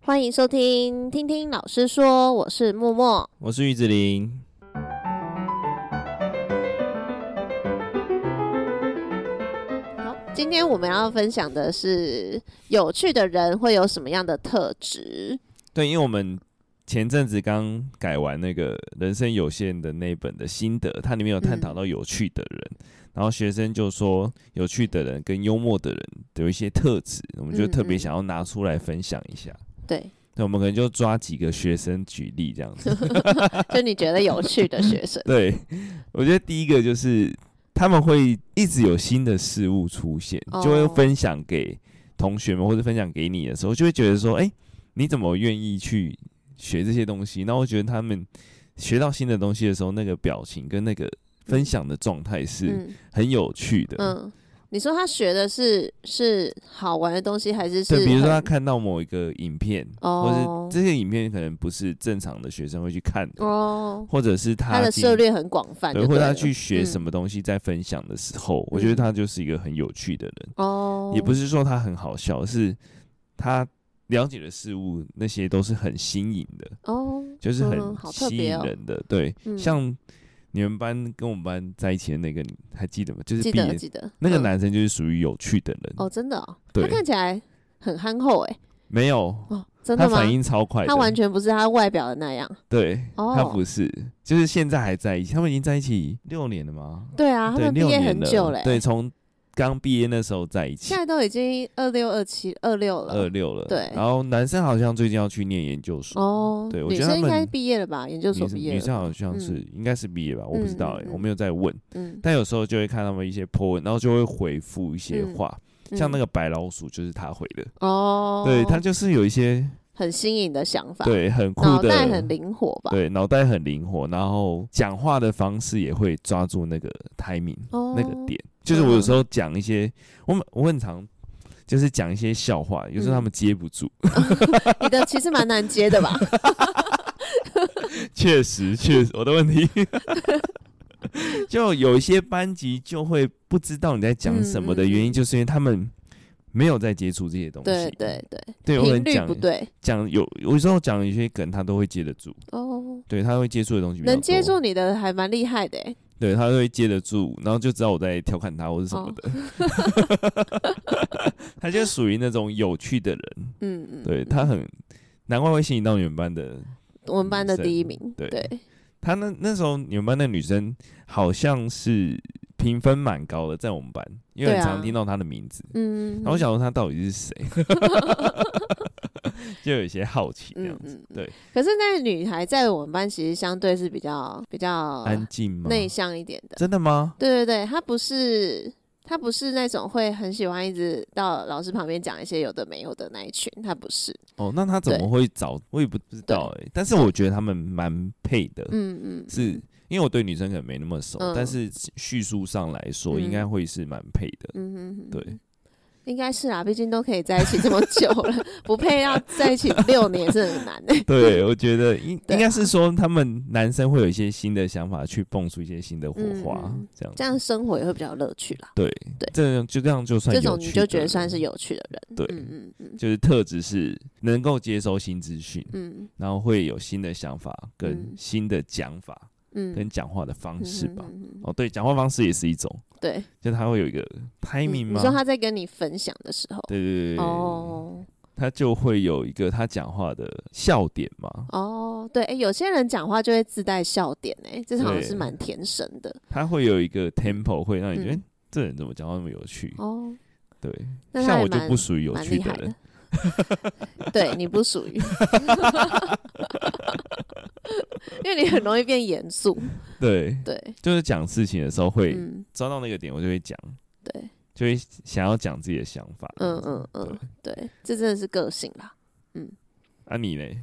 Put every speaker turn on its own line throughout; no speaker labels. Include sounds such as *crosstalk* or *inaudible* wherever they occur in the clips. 欢迎收听《听听老师说》，我是默默。
我是玉子林。
好，今天我们要分享的是有趣的人会有什么样的特质？
对，因为我们前阵子刚改完那个《人生有限》的那一本的心得，它里面有探讨
嗯
到有趣的人，然后学生就说有趣的人跟幽默的人有一些特质，我们就
嗯
特别
嗯
想要拿出来分享一下。
对， *laughs*
那我们可能就抓几个学生举例这样子。，
就你觉得有趣的学生
对，我觉得第一个就是他们会一直有新的事物出现，就会
哦
分享给同学们或者分享给你的时候，就会觉得说，哎、你怎么愿意去学这些东西？那我觉得他们学到新的东西的时候，那个表情跟那个分享的状态 *laughs* 是
嗯
很有趣的。
嗯，你说他学的是是好玩的东西，还是是
对，比如说他
很
看到某一个影片，
哦
或是这些影片可能不是正常的学生会去看的，
哦，
或者是
他的
今
涉猎很广泛啊就
对，
了，
或者他去学什
么
么东西，在分享的时候，我觉
嗯
得他就是一个很有趣的人。
哦，
也不是说他很好笑，是他了解的事物那些都是很新颖的，
哦，
就是
嗯
很
好特
吸
别
引
哦
人的。对，
嗯
像你们班跟我们班在一起的那个，你还记得吗？就是
记
毕
得
业
记得
那个
嗯
男生，就是属于有趣的人，
哦，真的哦，他
对
看起来很憨厚哎，
没有。
哦，真
他
的吗？
反应超快的，
他完全不是他外表的那样。
对，
哦
他不是，就是现在还在一起，他们已经在一起六年了吗？
对啊，他
对，
们毕
六
业
年
很
了
久嘞、
对，，从刚毕业那时候在一起
现，在都已经二六二七二六了。
二六了，
对
然后男生好像最近要去念研究所，
哦，
对我
女
觉得
生
他
应该
们
毕业了吧？研究所
女生
毕业
女
了
生
吧，
好像
嗯
是、应该是毕业吧，我不知道哎、
嗯嗯嗯
我没有在问。
嗯，
但有时候就会看他们一些 po 文，然后就会回复一些
嗯
话，像那
个
个白老鼠就是他回的，
哦，
对他就是有一些
很新颖的想法，，
对很酷
脑
的，
袋很灵活吧？，
对脑袋很灵活，然后讲话的方式也会抓住那个 timing、
哦，嗯
那个点，就是我有时候讲一些，我们我很常。就是讲一些笑话，有
嗯
时候他们接不住， *laughs*
你的其实蛮难接的吧？
确实，确实，我的问题。 *laughs* 就有一些班级就会不知道你在讲什么的原
嗯嗯
因，
嗯
就是因为他们没有在接触这些东西。
对对
*laughs*
对，
对，我
频
们
率
讲欸
不对
讲有有时候讲一些梗，他都会接得住，
哦，
对他会接触的东西比较
能接
多
住，你的还蛮厉害的欸，
对他会接得住，然后就知道我在调侃他或是什
哦
么的。他就属于那种有趣的人，
嗯嗯，
对
嗯
他很难怪会吸引到你们班的
我们班的
女生
第一名，
对
对，
她那那时候你们班那女生好像是评分蛮高的，在我们班，因为
对
很
啊
常听到她的名字。
嗯，
然后我想说她到底是谁，
*laughs*
就有一些好奇这样子。
嗯
对，
可是那个女孩在我们班其实相对是比较比较
安静吗？
内向一点的。
真的吗？
对对对，她不是她不是那种会很喜欢一直到老师旁边讲一些有的没有的那一群，她不是。
哦，那她怎么会找？我也不知道哎、但是我觉得他们蛮配的，
嗯嗯，
是因为我对女生可能没那么熟，
嗯
但是叙述上来说，
嗯
应该会是蛮配的。
嗯嗯嗯，
对，
应该是啦，毕竟都可以在一起这么久了，不配要在一起六年是很
*laughs*
难 *laughs* 的、
对，我觉得应
*laughs* 对啊
应该是说他们男生会有一些新的想法，去蹦出一些新的火花
嗯，
这样子
这样生活也会比较有乐趣啦。
对
对
这样就这样就算
这
有
种你
趣
就
的
觉得算
人
是有趣的人。
对，
嗯嗯嗯
就是特质是能够接收新资讯，
嗯
然后会有新的想法跟
嗯
新的讲法
嗯，
跟讲话的方式吧。
嗯？嗯嗯嗯
哦，对，讲话方式也是一种，
对，
就他会有一个
你
timing
你
吗？
说他在跟你分享的时候，
对对对对，
哦。
他就会有一个他讲话的笑点嘛，
哦，对，诶有些人讲话就会自带笑点、诶，这好像
对
是蛮天生的
他会有一个 tempo 会让你觉得、
嗯
诶这人怎么讲话那么有趣？
哦。
对，
那他
像
还
我就
蛮
不属于有
蛮
趣
厉害
人
的。对你不属于， *laughs* 因为你很容易变严肃。
对，
对，
就是讲事情的时候会
嗯，
抓到那个点，我就会讲，
对，
就会想要讲自己的想法。
嗯嗯嗯，对，这真的是个性啦。
啊，你嘞？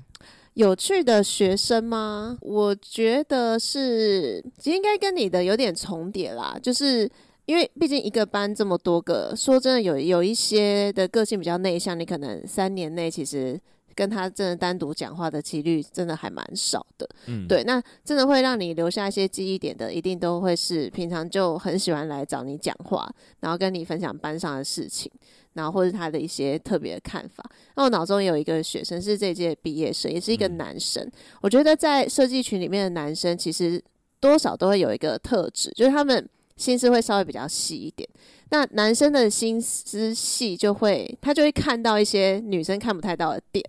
有趣的学生吗？我觉得是，其实应该跟你的有点重叠啦，就是。因为毕竟一个班这么多个，说真的有有一些的个性比较内向，你可能三年内其实跟他真的单独讲话的几率真的还蛮少的。
嗯，
对，那真的会让你留下一些记忆点的，一定都会是平常就很喜欢来找你讲话，然后跟你分享班上的事情，然后或是他的一些特别的看法。那我脑中有一个学生是这届毕业生，也是一个
嗯
男生。我觉得在设计群里面的男生，其实多少都会有一个特质，就是他们心思会稍微比较细一点。那男生的心思细，就会他就会看到一些女生看不太到的点。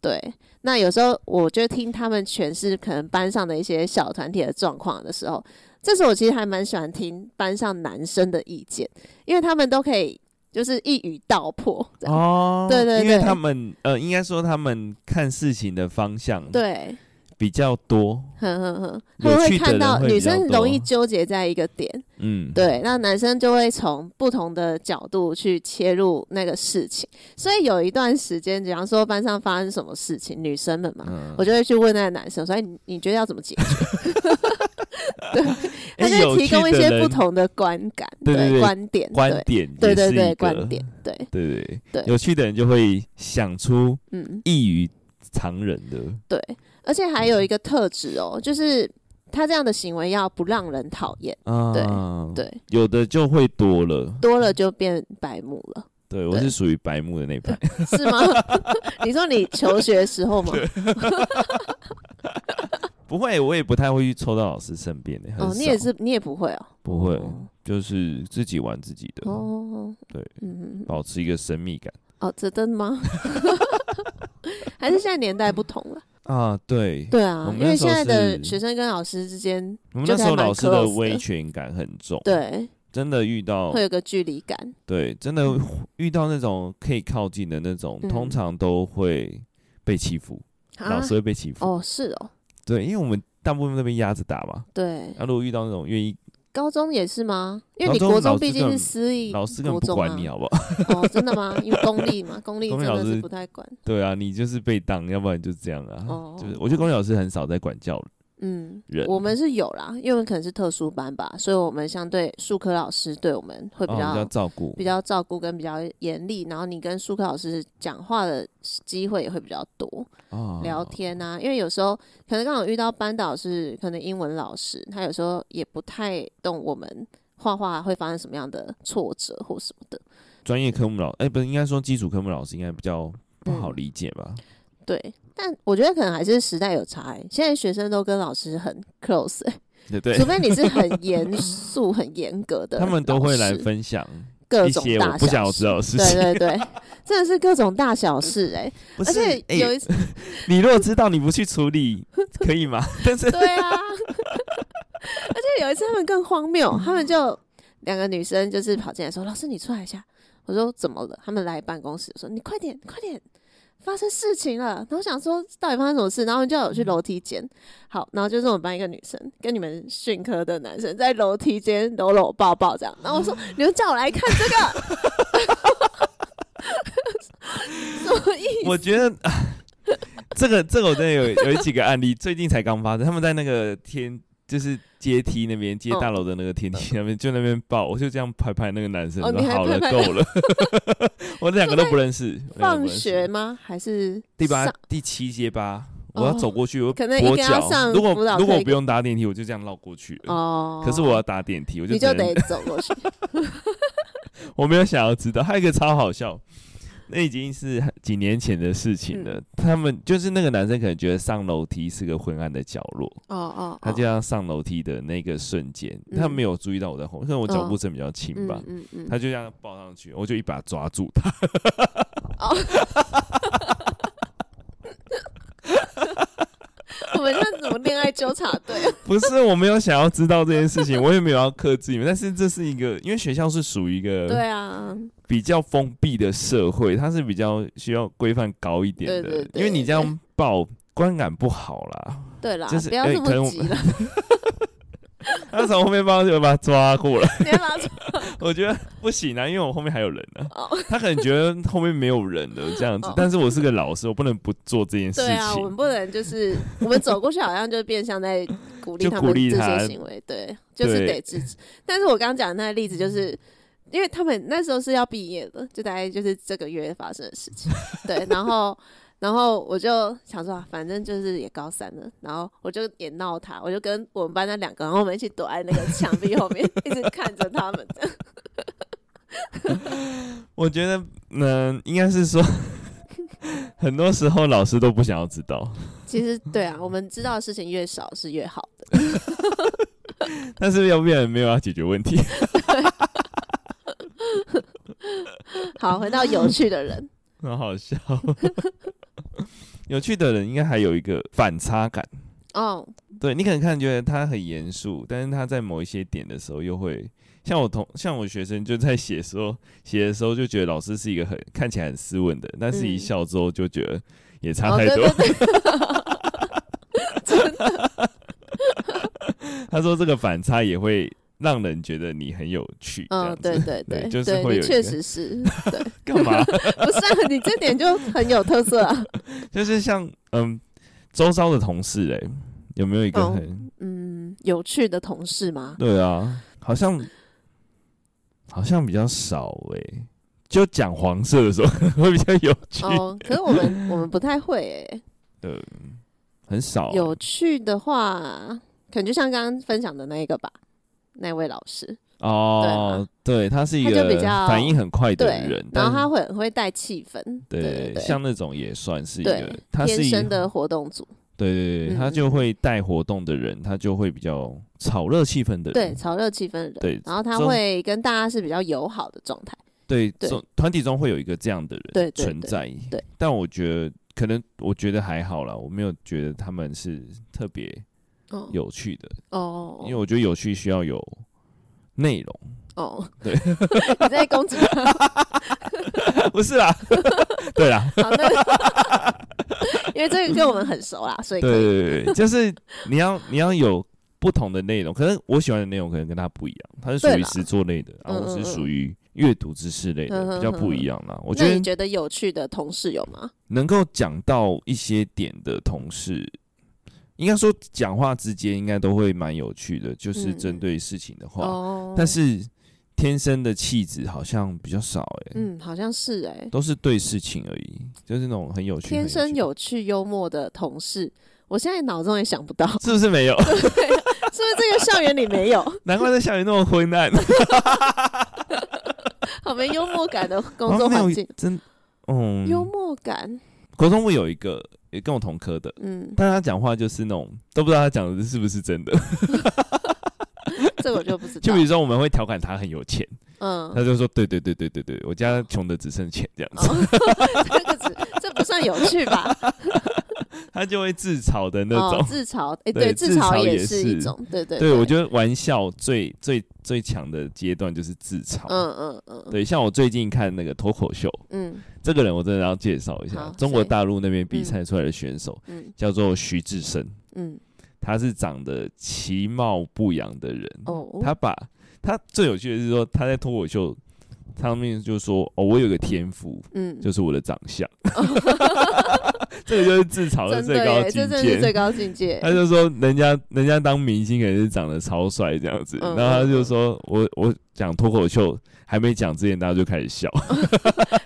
对，那有时候我就听他们诠释可能班上的一些小团体的状况的时候，这时候我其实还蛮喜欢听班上男生的意见，因为他们都可以就是一语道破。这样
哦，
对对
因为
对
他们呃，应该说他们看事情的方向
对，
比较多，
哼哼哼，他
有
们会
趣的
看
人
到
会
女
比较
生容易
多
纠结在一个点，
嗯，，
对，那男生就会从不同的角度去切入那个事情。所以有一段时间，比方说班上发生什么事情，女生们嘛，
嗯
我，就会去问那个男生，所以哎你你觉得要怎么解决？
哎
他就
有
会提
趣
供一
的
些
人
不同的观感、
对对对
观点、
观点也
对对对
是一
对
个
观点，对，
对对
对
有趣的人就会想出
嗯，
异于常人的，
对。而且还
嗯
有一个特质哦，就是他这样的行为要不让人讨厌，
啊，，
对，
有的就会多了，
多了就变白目了，
对我
对
是属于白目的那一派，
是吗？ *laughs* 你说你求学的时候吗？
不会，我也不太会去凑到老师身边的，很
哦，
少
你也是，你也不会哦。
不会，
哦
就是自己玩自己的，
哦，
对，
嗯，
保持一个神秘感
哦，这真的吗？ *laughs* 还是现在年代不同了？
啊，对，
对啊
我，们
因为
那时
现
候
在的
是
学生跟老师之间，
我们
就
那时
还
候
蛮
老师的
close 的
威权感很重，，
对，
真的遇到
会有个距离感。
对，真的遇到那种可以靠近的那种，
嗯
通常都会被欺负，老
啊
师会被欺负。
哦，是哦，
对，因为我们大部分都被压着打嘛。
对，
那、如果遇到那种愿意，
高中也是吗？因为
高
你
中
国
老
中
师
毕竟是
根本
私立
老师根本
国
不
中啊
管你，好不好？ *laughs*
哦，真的吗？因为公立嘛，公立
公
真
立老
的是
师
不太管。
对啊，你就是被当，要不然就是这样啊。
哦
就是我觉得公立老师很少在管教
嗯
人，
我们是有啦，因为我们可能是特殊班吧，所以我们相对数科老师对我们会比
哦、比
较
较照顾，
比较照顾跟比较严厉，然后你跟舒克老师讲话的机会也会比较多，
哦
聊天啊，因为有时候可能刚好遇到班导是可能英文老师，他有时候也不太懂我们画画会发生什么样的挫折或什么的。
专业科目老，哎、不是应该说基础科目老师应该比较不好
嗯
理解吧？
对，但我觉得可能还是时代有差、欸，现在学生都跟老师
*laughs*
很 close，、欸、
对对
除，非你是很严肃、很严格的老师，
*laughs* 他们都会来分享
各
一
种
些
大
我不想
小
要知
事。
道的事情。
对对对，真的是各种大小事哎、欸
*laughs* 不
而
是，
且
哎
有一次。
你如果知道你不去处理，可以吗？但是
对
*laughs*
啊，而且有一次他们更荒
嗯
谬，他们就两个女生就是跑进来说：“老师，你出来一下。”我说：“怎么了？”他们来办公室说：“你快点，快点，发生事情了。”然后我想说到底发生什么事，然后就有去楼梯间。好，然后就是我们班一个女生跟你们训科的男生在楼梯间搂搂抱抱这样。然后我说：“你们叫我来看这个。”
*laughs*
*laughs* 什么意思？
我觉得、 *laughs* 啊、这个这个我真的有有几个案例，最近才刚发生，他们在那个天。就是阶梯那边，接
嗯
大楼的那个天梯那边，就那边抱，我就这样拍拍那个男生，
哦
说
你还
好了，
拍拍
够了，我两个都不认识。我两
放
个不认识
学吗？还是
第八
上、
第七阶吧，
哦
我要走过去，我
可能
跛
一个要
脚
上
如果
辅导课
如果
一
我
个
不用搭电梯，我就这样绕过去了。
哦，
可是我要搭电梯，我就
你就
只能
得走
*laughs*
过去。
我没有想要知道。还有一个超好笑，那已经是几年前的事情了。
嗯
他们就是那个男生可能觉得上楼梯是个昏暗的角落，
哦哦，
他
哦
就要上楼梯的那个瞬间，
嗯哦
他没有注意到我在后面，可能我脚步声比较轻
嗯
吧。
嗯嗯，
他就这样抱上去，我就一把抓住他。 *laughs*
我们像怎么恋爱纠察
*laughs*
队？
不是，我没有想要知道这件事情，我也没有要克制你们。但是这是一个，因为学校是属于一
对
个
啊，
比较封闭的社会，它是比较需要规范高一点的。
对对对
因为你这样抱，观感不好啦。
对啦， *laughs*
就是
不要
哎
这
可能
么
我
急了，
他从后面帮就把他抓过
*laughs*
来，
你要把它抓
我觉得不行啊，因为我后面还有人呢、
哦。
他可能觉得后面没有人了这样子
哦，
但是我是个老师，我不能不做这件事
对啊，我们
情。
不能就是我们走过去，好像就变相在鼓励
*laughs* 就
他
鼓
们
励
这
他
些行为，对，就是
对
得制止。但是我刚讲的那个例子就是。因为他们那时候是要毕业的，就大概就是这个月发生的事情，对，然后， *laughs* 然后我就想说，啊反正就是也高三了，然后我就也闹他，我就跟我们班那两个，然后我们一起躲在那个墙壁后面，一直看着他
*laughs*
们。
我觉得，嗯、应该是说， *laughs* 很多时候老师都不想要知道，
其实对啊，我们知道的事情越少是越好的。
但是要不然没有要解决
*laughs*
问题。
好，回到有趣的人，
很好笑。 *laughs* 有趣的人应该还有一个反差感，
哦，
对你可能看觉得他很严肃，但是他在某一些点的时候又会。像我同像我学生就在写说写的时候就觉得老师是一个很看起来很斯文的，但是一
嗯
笑之后就觉得也差
哦，
太
对
多。
对对，
*laughs* 他说这个反差也会让人觉得你很有趣，这样
嗯，
子
对对
对
对，
就是
对
会
你
有一
确
个
实是，对，
干嘛？ *laughs*
不是啊，你这点就很有特色啊。 *laughs*
就是像嗯，周遭的同事嘞，有没有一个
哦
很、
嗯，有趣的同事吗？
对啊？好像好像比较少哎、就讲黄色的时候 *laughs* 会比较 *laughs* 有趣，
哦，可是我们我们不太会诶、
对，嗯很少欸、
有趣的话，可能就像刚刚分享的那一个吧，那位老师，
哦，对，他是一
啊他就
个
比较
反应很快的
对
人，，
然后
但
他会很会带气氛，对
对
对
像那种也算是一个
对，，
他是
天
一
生的活动组，
对对对，
嗯
他
嗯
就
嗯
会带活动的人，他就会比较炒热气氛的
对
人，
炒热气氛的人，
对
然后他
中
会跟大家是比较友好的状态，
对
对
中团体中会有一个这样的人
对对
存在。
对
但我觉得可能我觉得还好啦，我没有觉得他们是特别
哦
有趣的，因为
哦
我觉得有趣需要有内容， *laughs*
哦，
对
*laughs* 你在攻击他，
不
*laughs*
是啦， *laughs* 对啦，
好那个
*laughs*
因为这个跟我们很熟啦，所以
嗯对
可以，
对对
*laughs*
对，就是你要你要有。不同的内容，可能我喜欢的内容可能跟他不一样，他是属
对
于
啦
实作类的，然后
嗯
我是
嗯嗯
属于阅读知识类
嗯
的，
哼
比较不
哼
一样啦。我觉
那
得
你觉得有趣的同事有吗？
能够讲到一些点的同事，应该说讲话之间应该都会蛮有趣的，就是
嗯
针对事情的话。
哦，
但是天生的气质好像比较少、欸，
嗯，好像是哎、
都是对事情而已，就是那种很有趣，
天生
很
有 *laughs* 趣幽默的同事，我现在脑中也想不到，是 *laughs*
趣，是不是没有？ *laughs*
不是这个校园里没有？
难怪在校园那么昏暗，
好没幽默感的工
然后
作
没有
环境，
哦真，嗯，
幽默感，
国中部有一个也跟我同科的，
嗯，
但他讲话就是那种都不知道他讲的是不是真的。
这我就不知
就
道
比。如说我们会调侃他很有钱，
嗯，
他就说对对对对对对，我家穷的只剩钱这样子。
哦这个只这不算有趣吧？
他就会自嘲的那种。
哦，自嘲，哎，
对
对，
自嘲
嘲
也
是
是
一种，对对
对，我
得，
觉得玩笑最最最强的阶段就是自嘲。
嗯嗯嗯，
对，像我最近看那个脱口秀，
嗯
这个人我真的要介绍一下
好，
中国
谁
大陆那边比赛出来的选手、
嗯
叫做徐志胜，
嗯，
他是长得其貌不扬的人。
哦，
他把他最有趣的是说，他在脱口秀上面就说：“哦，我有个天赋，
嗯，
就是我的长
*laughs*
相。 *laughs* 这个就是自嘲的
真
最
的
高
耶，
境
这真的
界。
是最高境界
*laughs* 他。就说人家人家当明星可能是长得超帅这样子，
嗯
然后他就说我我讲脱口秀还没讲之前，大家就开始笑，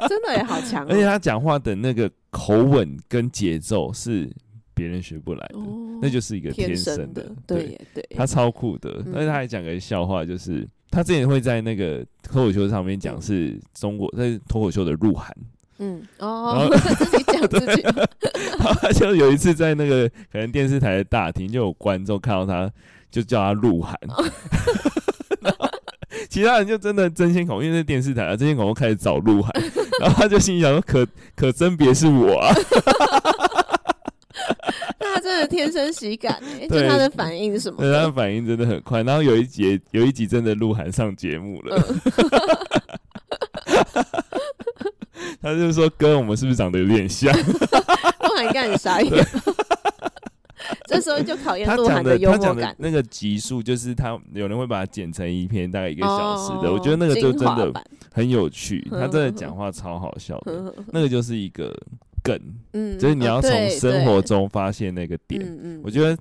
真的也好强
*laughs*
哦，
而且他讲话的那个口吻跟节奏是别人学不来的，
哦
那就是一个
天
生
生
的
的，，对耶对耶，
他超酷的，
嗯
而且他还讲个笑话，就是他之前会在那个脱口秀上面讲是中国，在脱口秀的鹿晗， *laughs*
嗯
然
哦 *laughs*
后，
自己讲自
*laughs*
己，
他就有一次在那个可能电视台的大厅，就有观众看到他，就叫他鹿晗。然后其他人就真的争先恐后，因为是电视台啊，争先恐后开始找鹿晗，然后他就心里想说：“可可真别是我啊
那他真的天生喜感哎，就
*laughs* 对
他的反应是什！”么
*laughs* 对，他的
的，
反应真的很快。然后有一节有一集真的鹿晗上节目了， *laughs* 他就说：“哥，我们是不是长得有点像？”
鹿晗干啥呀？ *laughs* 这时候就考验
他
鹿晗
讲的
幽
他
默
讲的
感，
那个集数，就是他有人会把它剪成一篇大概一个小时的，
哦
我觉得那个就真
精华
的
版嗯
很有趣，
呵
他真的讲话超好笑
呵
的，
呵呵
*laughs* 那个就是一个梗，
嗯，
嗯就是你要
哦
从
对
生活中发现那个
对
点。
嗯
我
嗯，
觉得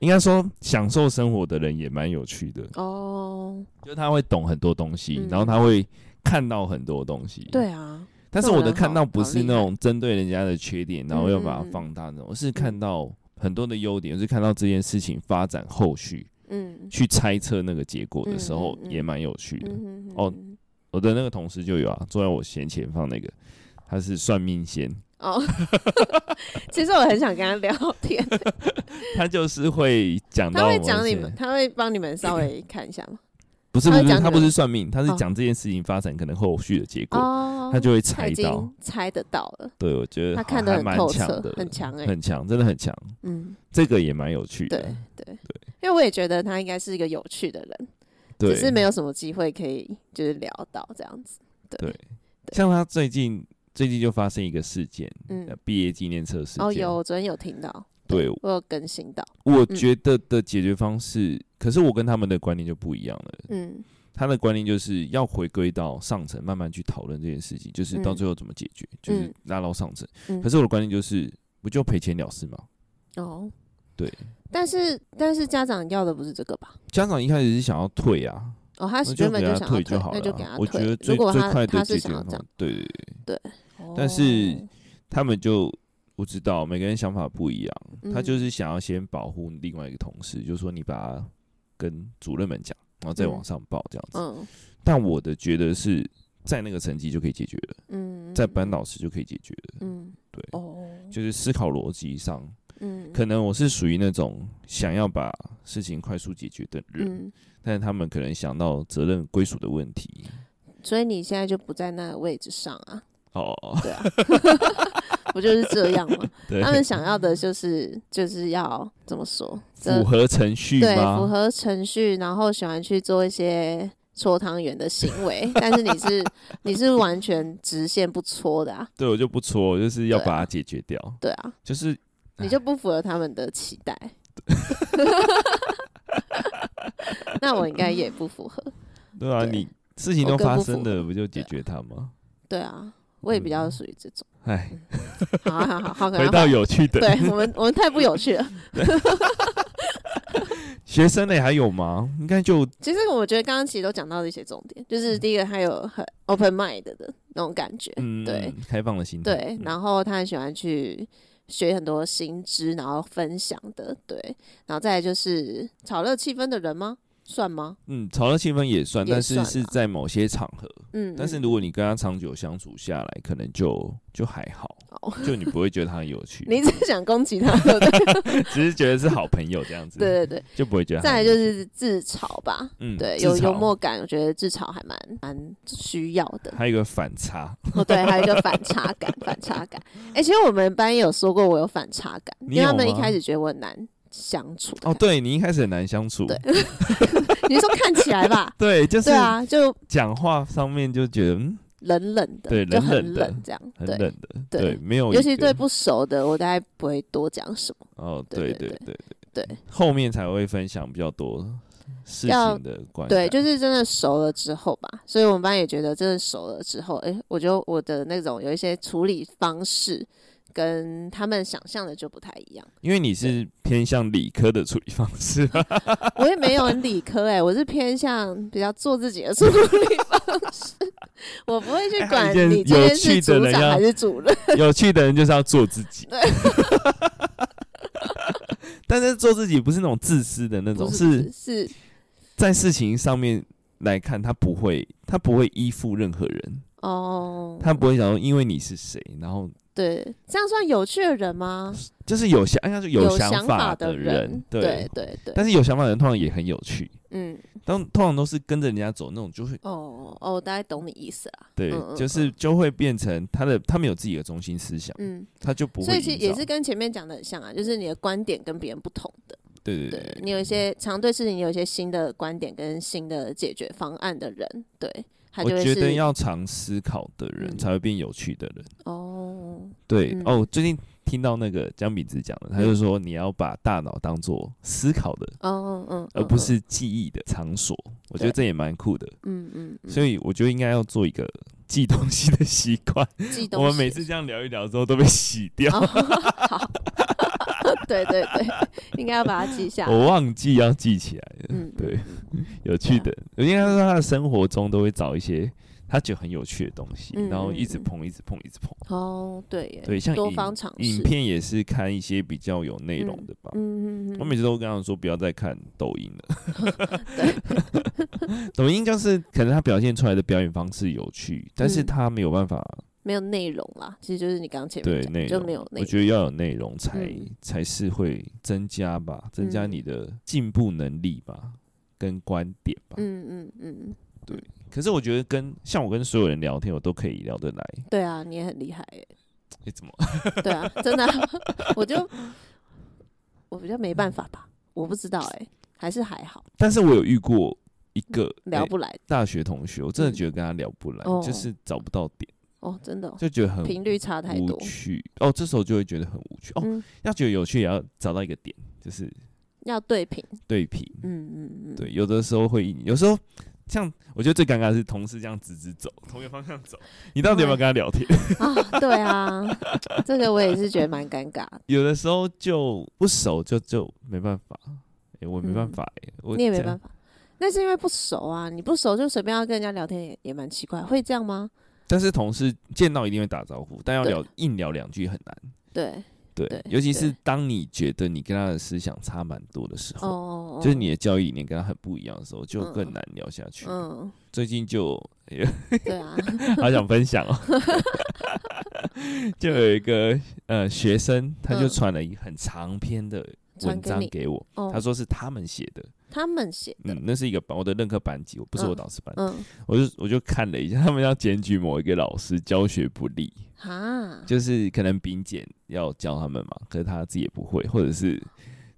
应该说享受生活的人也蛮有趣的，
哦，
就是他会懂很多东西，
嗯
然后他会看到很多东西。
对啊，
但是我的看到
好
不是
好厉
那
害
种针对人家的缺点，然后要把它
嗯嗯嗯
放大那种，我是看到很多的优点，我是看到这件事情发展后续
嗯
去猜测那个结果的时候
嗯，嗯嗯
也蛮有趣的。
嗯
哦
嗯
我的那个同事就有啊，坐在我斜前方那个，他是算命仙，
哦， *laughs* 其实我很想跟他聊天，
*laughs* 他就是会讲到
他
我
会
们
讲你
这
们，他会帮你们稍微看一下
*coughs*
吗？
不是不
他会
是，
讲
他
你
不是
们
算命，他是
哦
讲这件事情发展可能后续的结果，
哦，
他就会
他
猜
已
到
经。猜得到了，
对，我觉得
他
好
看得
还
很
蛮
透
强
彻
的，
很强欸
很强，真的很强。
嗯，
这个也蛮有趣
对
的，
对，因为我也觉得他应该是一个有趣的人，
对，
只是没有什么机会可以就是聊到这样子。
对像他最近最近就发生一个事件，
嗯
呃毕业纪念册事件。
哦，有，我嗯昨天有听到，
对，
我有更新到，
我觉得的解决方式，可是我跟他们的观念就不一样了。
嗯
他的观念就是要回归到上层，慢慢去讨论这件事情，就是到
嗯
最后怎么解决，就是
嗯
拉到上层。
嗯
可，是我的观念就是，不就赔钱了事吗？
哦，
对，
但是但是家长要的不是这个吧？
家长一开始是想要退啊，
哦，他
那
原本
给他
想要退，
就好
那
了
就给
啊。
他
我觉
退。
得
如
最
果
最
他
快
他
的
是
解决
想要
方
这
法
样，，
对对对，
哦
但是他们就我知道每个人想法不一样，
哦嗯
他就是想要先保护另外一个同事，就说你把他跟主任们讲，然后再往
嗯
上报这样子。
嗯
但我的觉得是在那个层级就可以解决了，
嗯，
在班导师就可以解决了，
嗯
对
哦
就是思考逻辑上，
嗯
可能我是属于那种想要把事情快速解决的人，
嗯，
但是他们可能想到责任归属的问题。
所以你现在就不在那个位置上啊， *laughs*
哦，
对啊，不就是这样吗？
*laughs* 对
他，们想要的就是就是要怎么说？这
符合程序
对
吗？
符合程序，然后喜欢去做一些搓汤圆的行
*laughs*
为，但是你是你是完全直线不搓的啊，
对我就不戳，我就是要
对啊
把它解决掉，
对啊，
就是
你就不符合他们的期
*laughs*
待。那我应该也不符合，
对啊，
对
你事情
我
都
更
发
不符
生了，不就解
对啊
决它吗？
对啊，我也比较属于这种。
哎，
好啊好好
*laughs*
好，赶
回
快
到有趣的，
对我们我们太不有趣了。
*laughs* 学生类还有吗？应该就
其实我觉得刚刚其实都讲到了一些重点，就是第一个他有很 open mind 的那种感觉，
嗯，
对，
开放的心态，
对，
嗯
然后他很喜欢去学很多新知，然后分享的，对，然后再来就是炒热气氛的人吗？算吗？
嗯，吵闹气氛也算，
也
但是
算
是
啦
在某些场合，
嗯，
但是
嗯
如果你跟他长久相处下来，可能就就还好，
哦
就你不会觉得他很有趣，
*laughs* 你只是想攻击他，对不对？
*laughs* 只是觉得是好朋友这样子，
对对对，
就不会觉得他
再来
很
就
有趣。
是自嘲吧，
嗯，
对，
自
有幽
嘲，
默感，我觉得自嘲还蛮蛮需要的。
还有一个反差， *laughs*
哦，对，还有一个反差感，反差感。哎、其实我们班也有说过我有反差感，
你
因为他
有
们一
吗
开始觉得我很难相处。
哦，对你一开始很难相处，？
对你是说看起来吧
*laughs* 对，就是
对啊，就
讲话上面就觉得嗯
冷冷的，
对
就
冷冷
很
的
冷这样，
很
对。
冷的，
对
对，没有一个，
尤其对不熟的，我大概不会多讲什么。
哦，
对
对对
对
对
对
后面才会分享比较多事
要
情的观
对，
感，
就是真的熟了之后吧，所以我们班也觉得真的熟了之后，哎、我觉得我的那种有一些处理方式跟他们想象的就不太一样。
因为你是偏向理科的处理方式啊， *laughs*
我也没有很理科、哎，我是偏向比较做自己的处理方式，我不会去
哎还有
管
一件
你今天
有趣
是
的
组
人
长
要
还是主任。
*laughs* 有趣的人就是要做自己。 *laughs* 但是做自己不是那种自私的那种，
不
是
是是
在事情上面来看，他不会，他不会依附任何人，
哦，
他不会想说因为你是谁，然后
对，这样算有趣的人吗？
就是有想，应该是有
想
法
的
人，
对对对，
但是有想法的人通常也很有趣，
嗯，
当通常都是跟着人家走那种，就会
哦哦，我大概懂你意思啦，
对，
嗯嗯
就是就会变成他的，他们有自己的中心思想，
嗯，
他就不会
所以其实
营造
也是跟前面讲的很像啊，就是你的观点跟别人不同的，
对对对
对你有一些常对事情有一些新的观点跟新的解决方案的人，对他
我
就会
觉得
是
要常思考的人
嗯
才会变有趣的人。
哦，
对、
嗯
哦，最近听到那个姜比子讲的，他就说你要把大脑当做思考的，
哦嗯嗯，
而不是记忆的场所。我觉得
对
这也蛮酷的，
嗯嗯嗯
所以我觉得应该要做一个记东西的习惯。
嗯，记东
我们
西
每次这样聊一聊之后都被洗掉，
哦好， *laughs* 对对对，应该要把它记下来，
我忘记要记起来了。
嗯，
对 *laughs*
嗯嗯
有趣的，应该说他的生活中都会找一些它就很有趣的东西，
嗯
然后一直
嗯嗯
碰，一直碰，一直碰。
哦，对耶，
对，像
多
影
方尝试
影，片也是看一些比较有内容的吧。
嗯嗯嗯，
我每次都跟他们说不要再看抖音了
对。
*laughs* 抖音就是可能他表现出来的表演方式有趣，但是
嗯
他没有办法
没有内容啦，其实就是你刚刚前
对
面讲
内
的
容
就没有内
我
容，
觉得要有内容才、
嗯
才是会增加吧，增加
嗯
你的进步能力吧，跟观点吧。
嗯嗯嗯，
可是我觉得跟像我跟所有人聊天，我都可以聊得来。
对啊，你也很厉害耶，
*laughs* 诶怎么？ *laughs*
对啊，真的啊、我就我比较没办法吧，我不知道哎、还是还好
但是我有遇过一个、
聊
诶
不来、
大学同学，我真
嗯
的觉得跟他聊不来，
哦
就是找不到点，
哦，真的哦、
就觉得很
频率差太
无
多，
趣。哦，这时候就会觉得很无趣。哦，
嗯，
要觉得有趣也要找到一个点，就是
要对频，
对平。
嗯嗯嗯，
对，有的时候会，有时候像我觉得最尴尬的是同事这样直直走， *laughs* 同一个方向走，你到底有没有跟他聊天？
啊，对啊，这个我也是觉得蛮尴尬的，
*laughs* 有的时候就不熟就，就没办法。哎、我没办法、哎、我
嗯你也没
这样
办法。那是因为不熟啊，你不熟就随便要跟人家聊天也也蛮奇怪，会这样吗？
但是同事见到一定会打招呼，但要
对
聊硬聊两句很难。
对，
对，
对
尤其是
对
当你觉得你跟他的思想差蛮多的时
哦
候，
哦，哦
就是你的教育理念跟他很不一样的时候，就
嗯
更难聊下去。
嗯，
最近就、 *laughs* 哎
对啊，
好想分享哦， *laughs* 就有一个呃学生，他就
嗯
传了一很长篇的
传
文
给
章
你
给我，
哦，
他说是他们写的，
他们写的，
嗯，那是一个班我的任课班级，我不是我
嗯
导师班，
嗯，
我就我就看了一下，他们要检举某一个老师教学不力，
嗯哈，
就是可能丙检要教他们嘛，可是他自己也不会，或者是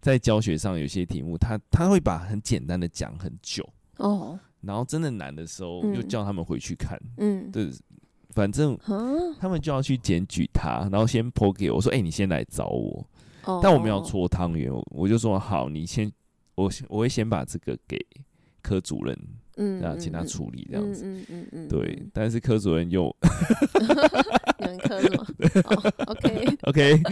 在教学上有些题目，他他会把很简单的讲很久，
哦，
然后真的难的时候
嗯
又叫他们回去看，
嗯，
对，反正
哈，
他们就要去检举他，然后先泼给我我说：“哎、你先来找我。
哦，
但我没有搓汤圆，我我就说：“好，你先，我先我会先把这个给科主任，
嗯，嗯，
然后啊请他
嗯
处理这样子。，
嗯嗯嗯，嗯
对
嗯，
但是科主任又
你们科
*laughs*
什么？哦，OK，
OK，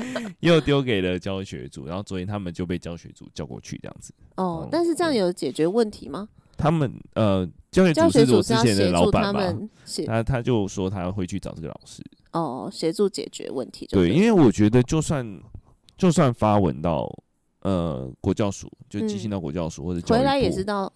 又 *laughs* 丢给了教学组，然后昨天他们就被教学组叫过去这样子。嗯
哦，但是这样有解决问题吗？
他们呃，教学
教
组
学
是
组
我之
是要
前的
协
老
助
板
他
嘛，
们协
他他就说他要回去找这个老师。
哦协助解决问题就
对，
了
因为我觉得就算就算发文到呃国教署，就寄信
嗯
到国教署、或者教育
回来也
部
是到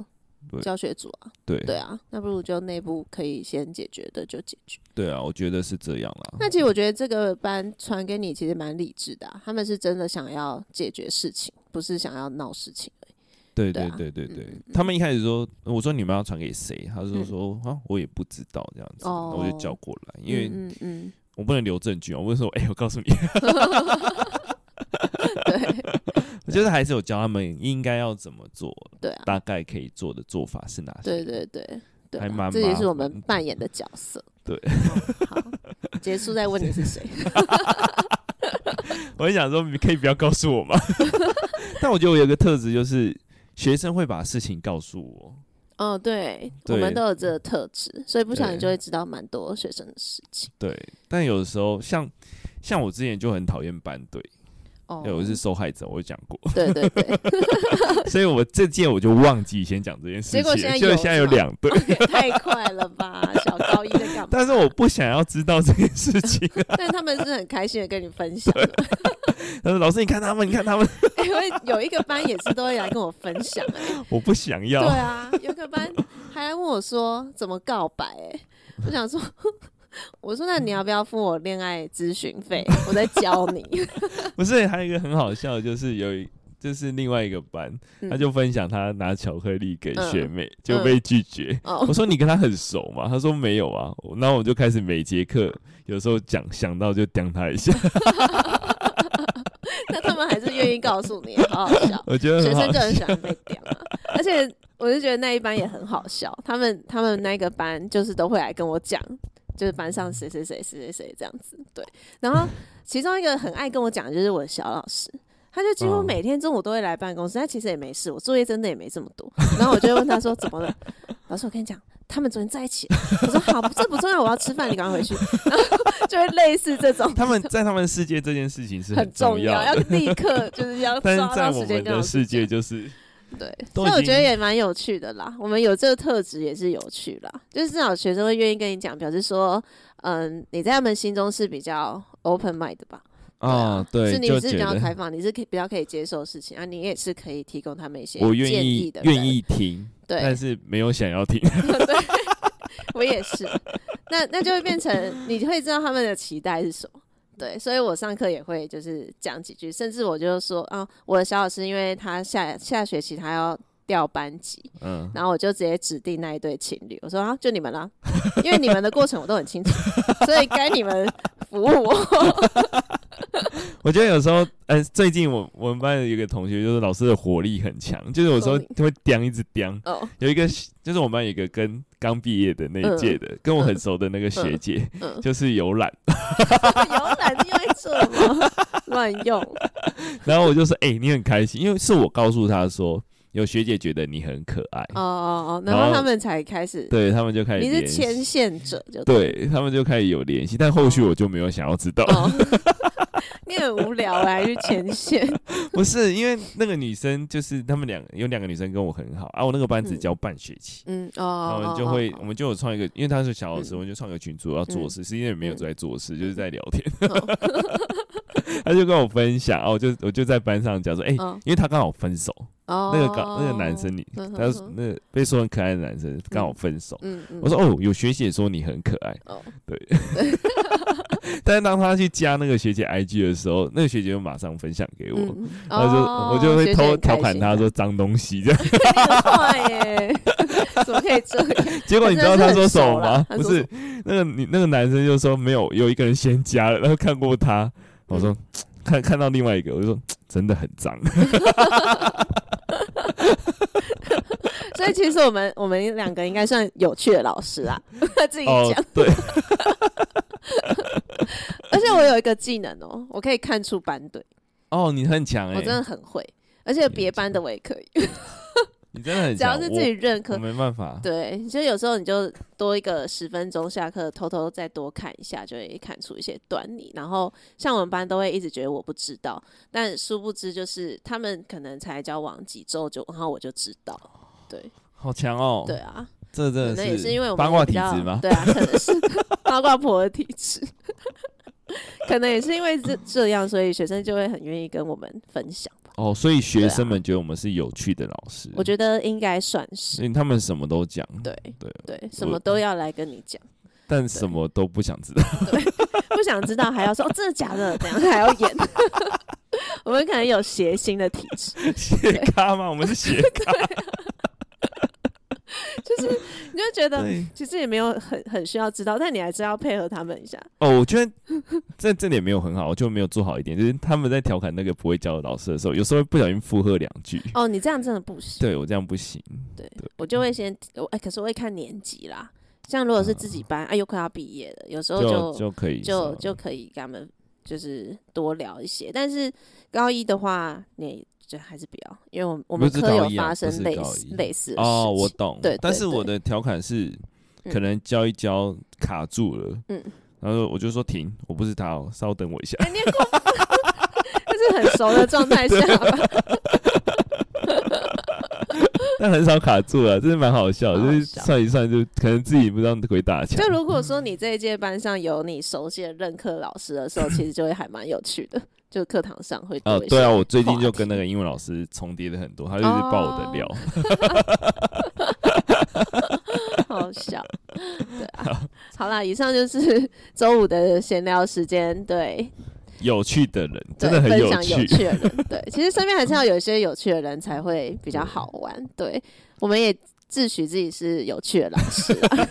对
教学组啊，
对
对啊，那不如就内部可以先解决的就解决。
对啊，我觉得是这样啦。
那其实我觉得这个班传给你其实蛮理智的啊、他们是真的想要解决事情，不是想要闹事情而已。
对
对
对
啊
对对对，
嗯
他们一开始说，我说你们要传给谁，他就
嗯
说、啊我也不知道这样子，
哦
那我就叫过来，因为
嗯嗯
我不能留证据啊，我不是说哎、我告诉你，
嗯，对
*laughs* 我觉得还是有教他们应该要怎么做，
对啊，
大概可以做的做法是哪些。
对对对对
还
啊，
蛮
这也是
麻
我们
烦的
扮演的角色。
对
哦，好，结束再问你是
*laughs*
谁。
我就想说，你可以不要告诉我吗？ *laughs* 但我觉得我有个特质就是，学生会把事情告诉我。
哦，对，
对
我们都有这个特质，所以不小心
对
就会知道蛮多学生的事情。
对，但有的时候像像我之前就很讨厌班队，
哦
因为我是受害者，我有讲过， *laughs*
对对对，
所以我这届我就忘记先讲这件事情。
结果现在有
就现在有两队，
也 *laughs* 太快了吧！小高一在
*laughs*
干嘛？
但是我不想要知道这件事情。 *laughs*
但他们是很开心的跟你分享的，
他说：“老师，你看他们，你看他们，
*laughs* 因为有一个班也是都会来跟我分享、哎
我不想
对
要。
啊，有个班还来问我说怎么告白、哎，我想说，我说那你要不要付我恋爱咨询费？我在教你。” *laughs*
*laughs* 不是，还有一个很好笑的，就是有一就是另外一个班，
嗯
他就分享他拿巧克力给学妹，就
嗯
被拒绝。
哦
我，说你跟他很熟吗？他说没有啊。我然后我就开始每节课，有时候讲想到就刁他一下， *laughs*
那他们还是愿意告诉你，好好笑。
我觉得
学生
很好
就
笑。
很喜欢被屌、啊，而且我就觉得那一班也很好笑，他们他们那个班就是都会来跟我讲，就是班上谁谁谁谁谁谁这样子，对。然后其中一个很爱跟我讲的就是我的小老师。他就几乎
哦
每天中午都会来办公室，他其实也没事，我作业真的也没这么多。然后我就会问他说：“怎么了？”老师，我跟你讲，他们昨天在一起了。我说：“好，这不重要，我要吃饭，你赶快回去。”然后就会类似这种
他们在他们世界这件事情是
很
重
重要，要
的，
立刻就是要
*laughs* 但
抓
是在
到
我
时间
们
跟老
的
师
世
讲
界就是
对，
都
所以我
已
觉得
经
也蛮有趣的啦。我们有这个特质也是有趣啦，就是至少学生会愿意跟你讲，表示说，嗯，你在他们心中是比较 open mind 的吧？
啊，对，
是你
就是觉
比较开
得
放，你是可以比较可以接受事情啊，你也是可以提供他们一些
我愿
建
意
的人，
愿意听，
对，
但是没有
*laughs*
想要听。
我也是，那那就会变成你会知道他们的期待是什么。对，所以我上课也会就是讲几句，甚至我就说啊，我的小老师因为他下下学期他要调班级，
嗯，
然后我就直接指定那一对情侣，我说啊，就你们啦，因为你们的过程我都很清楚， *laughs* 所以该你们服务我。
我觉得有时候，呃，最近我我们班有一个同学，就是老师的火力很强，就是有时候
火力
会刁一直刁。
哦，
有一个就是我们班有一个跟刚毕业的那一届的，跟我很熟的那个学姐，
嗯
就是有懒，
有懒你会做吗？ *laughs* 乱用，
然后我就说，哎、你很开心，因为是我告诉她说，有学姐觉得你很可爱，
哦哦哦，
然
然
后
后他们才开始，
对他们就开始
你是
联系，
牵线者就了
对他们就开始有联系，但后续我就没有想要知道，
哦， *laughs* 你很无聊啊，还去前线。
*laughs* 不是因为那个女生就是他们两有两个女生跟我很好啊，我那个班只教半学期。
嗯
然
哦，
后就
哦
会，我
哦
们就有创一个，因为她是小老师，
嗯
我们就创一个群组要做
嗯
事，是因为没有在做事，就是在聊天。 *laughs*
哦
她就跟我分享，哦，我就我就在班上讲说，哎、
哦
因为他刚好分手，
哦
*laughs* 那个刚那个男生你，
嗯哼
他是
哼
那个被说很可爱的男生刚好分手。
嗯嗯，
我说哦，有学姐说你很可爱，
哦
*laughs* 但是当他去加那个学姐 IG 的时候，那个学姐就马上分享给我，
嗯，
然哎后就、
哦
我就会
学姐
偷
很开
调侃
心
他
的，
说脏东西这
*laughs*
样。
你很坏耶， *laughs* 怎么可以这样？
结果你知道他说什么吗？
他
不
真的是很熟啦
是那个你那个男生就说没有，有一个人先加了，然后看过他，我说、
嗯
看看到另外一个，我就说真的很脏。
所以其实我们我们两个应该算有趣的老师啊， *laughs* 自己
哦
讲。，
对，
而且我有一个技能哦，我可以看出班队，
哦，你很强哎、
我真的很会，而且别班的我也可以，
你真的很
只
强，
要是自己认可
我我，没办法。
对，所以有时候你就多一个十分钟，下课偷偷再多看一下，就会看出一些端倪。然后像我们班都会一直觉得我不知道，但殊不知就是他们可能才交往几周就，然后我就知道。对
好强哦！
对，啊，
这
可
真
能
的
也是因为我们
八卦
比
体
较
质吗？
对啊，可能
*laughs*
是八卦婆的体质。 *laughs* 可能也是因为这这样，所以学生就会很愿意跟我们分享吧。
哦，所以学
啊
生们觉得我们是有趣的老师，
我觉得应该算是
因为他们什么都讲，
对
嗯对嗯
对，什么都要来跟你讲。
但什么都不想知道。
不想知道还要说、哦、真的假的，怎样还要演？ *laughs* 我们可能有邪心的体质，
斜 *laughs* 咖吗？我们是斜咖，
你就觉得
对。
其实也没有很很需要知道，但你还是要配合他们一下。
哦，我觉得在这点没有很好，我就没有做好一点， *laughs* 就是他们在调侃那个不会教的老师的时候，有时候会不小心附和两句。
哦，你这样真的不行，
对我这样不行，
我就会先我哎、可是我会看年级啦。像如果是自己班，哎、有快要毕业了，有时候
就
就
就可以
就
说
就可以跟他们就是多聊一些。但是高一的话，你就还是不要，因为我们我们
不是
科
高
有
一啊
发
不
生
是
类
高
似
一
类似的
哦，
事
我
情
懂。
对对
但是我
对
的调侃是，可
嗯
能教一教卡住了，
嗯
然后我就说停，我不是他哦，稍等我一下。
哎你也过分 *laughs* 就是很熟的状态下吧。
*laughs* 但很少卡住了，真是蛮好笑的，
好好
就是
笑
算一算就可能自己不知道鬼打墙
就。如果说你这一届班上有你熟悉的任课老师的时候，其实就会还蛮有趣的，就课堂上会多
呃，
一
对
些
啊，我最近
话
就
题
跟那个英文老师重叠的很多，他就是爆我的料。
哦好笑， *laughs* 对
*laughs*
啊，好啦，以上就是 *laughs* 周五的闲聊时间，对，
有趣的人
对
真的很
分享有
趣。
趣的
*laughs*
人，对，其实身边还是要有一些有趣的人才会比较好玩，对，我们也自诩自己是有趣的
*laughs*
老师啊，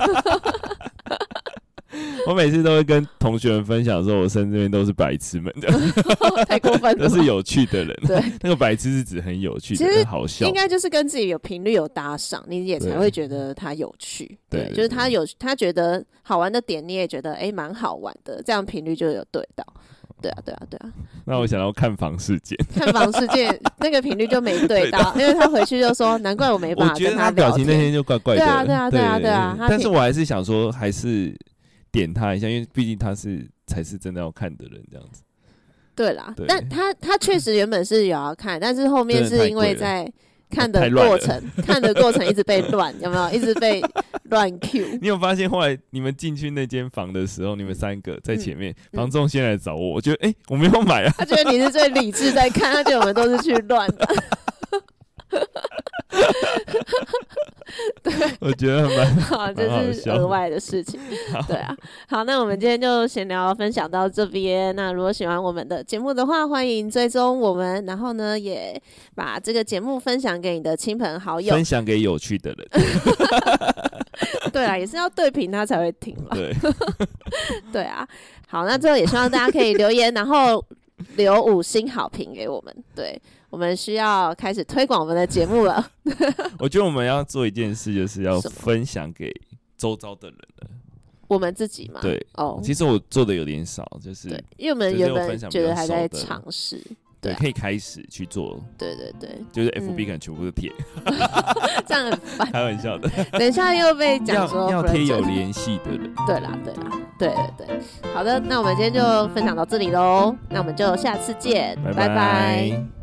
*laughs*
我每次都会跟同学们分享说，我身边都是白痴们，
*laughs* 太过分了
都
吧，
是有趣的人。
对，
*laughs* 那个白痴是指很有趣的，
其实
很好笑
应。该就是跟自己有频率有搭上，你也才
对
会觉得它有趣。
对对
就是他有他觉得好玩的点，你也觉得诶蛮、好玩的，这样频率就有对到。对啊，对啊，对啊，
那我想要看房事件，
看房事
*laughs*
件那个频率就没对到，因为他回去就说难怪我没
我
办法
觉
跟
得他
聊
表情那
天。
天就怪怪的。
对啊对啊对啊对啊他
但是
挺
我还是想说，还是点他一下，因为毕竟他是才是真的要看的人，这样子。
对啦，
对
但他他确实原本是有要看，但是后面
真的太
是因
贵
为
了哦
在看
太
的
乱
过
了
程，
*laughs*
看的过程一直被乱，有没有？一直被乱 Q。
*laughs* 你有发现后来你们进去那间房的时候，你们三个在前面，
嗯
房仲先来找我，我觉得哎、诶我没有买啊，
他觉得你是最理智在看，他觉得我们都是去乱
*laughs*
的。
我觉得蛮
*laughs* 好，这
蛮好
是
笑
额外的事情。对啊，好，那我们今天就闲聊分享到这边。那如果喜欢我们的节目的话，欢迎追踪我们，然后呢，也把这个节目分享给你的亲朋好友
分。享给有趣的人。
对啊，也是要对平他才会听嘛。
对，
*laughs* 对啊，好，那最后也希望大家可以留言，然后留五星好评给我们。对我们需要开始推广我们的节目了。 *laughs*
*laughs* 我觉得我们要做一件事，就是要
什么
分享给周遭的人了。
我们自己嘛，
对，
哦，
其实我做的有点少，就是
对，因为我们
就是
原
我
本
分享比
觉得
较
还
少
在
的
尝试。对
对，
啊
可以开始去做，
对对对，
就是
嗯
FB 可能全部都贴，
这样很烦。
开玩笑的，
等一下又
*laughs*
被讲说
要要
不认
贴有
真
联系的人。
对啦，对啦，对对对。好的，那我们今天就分享到这里喽，那我们就下次见，
拜
拜拜
拜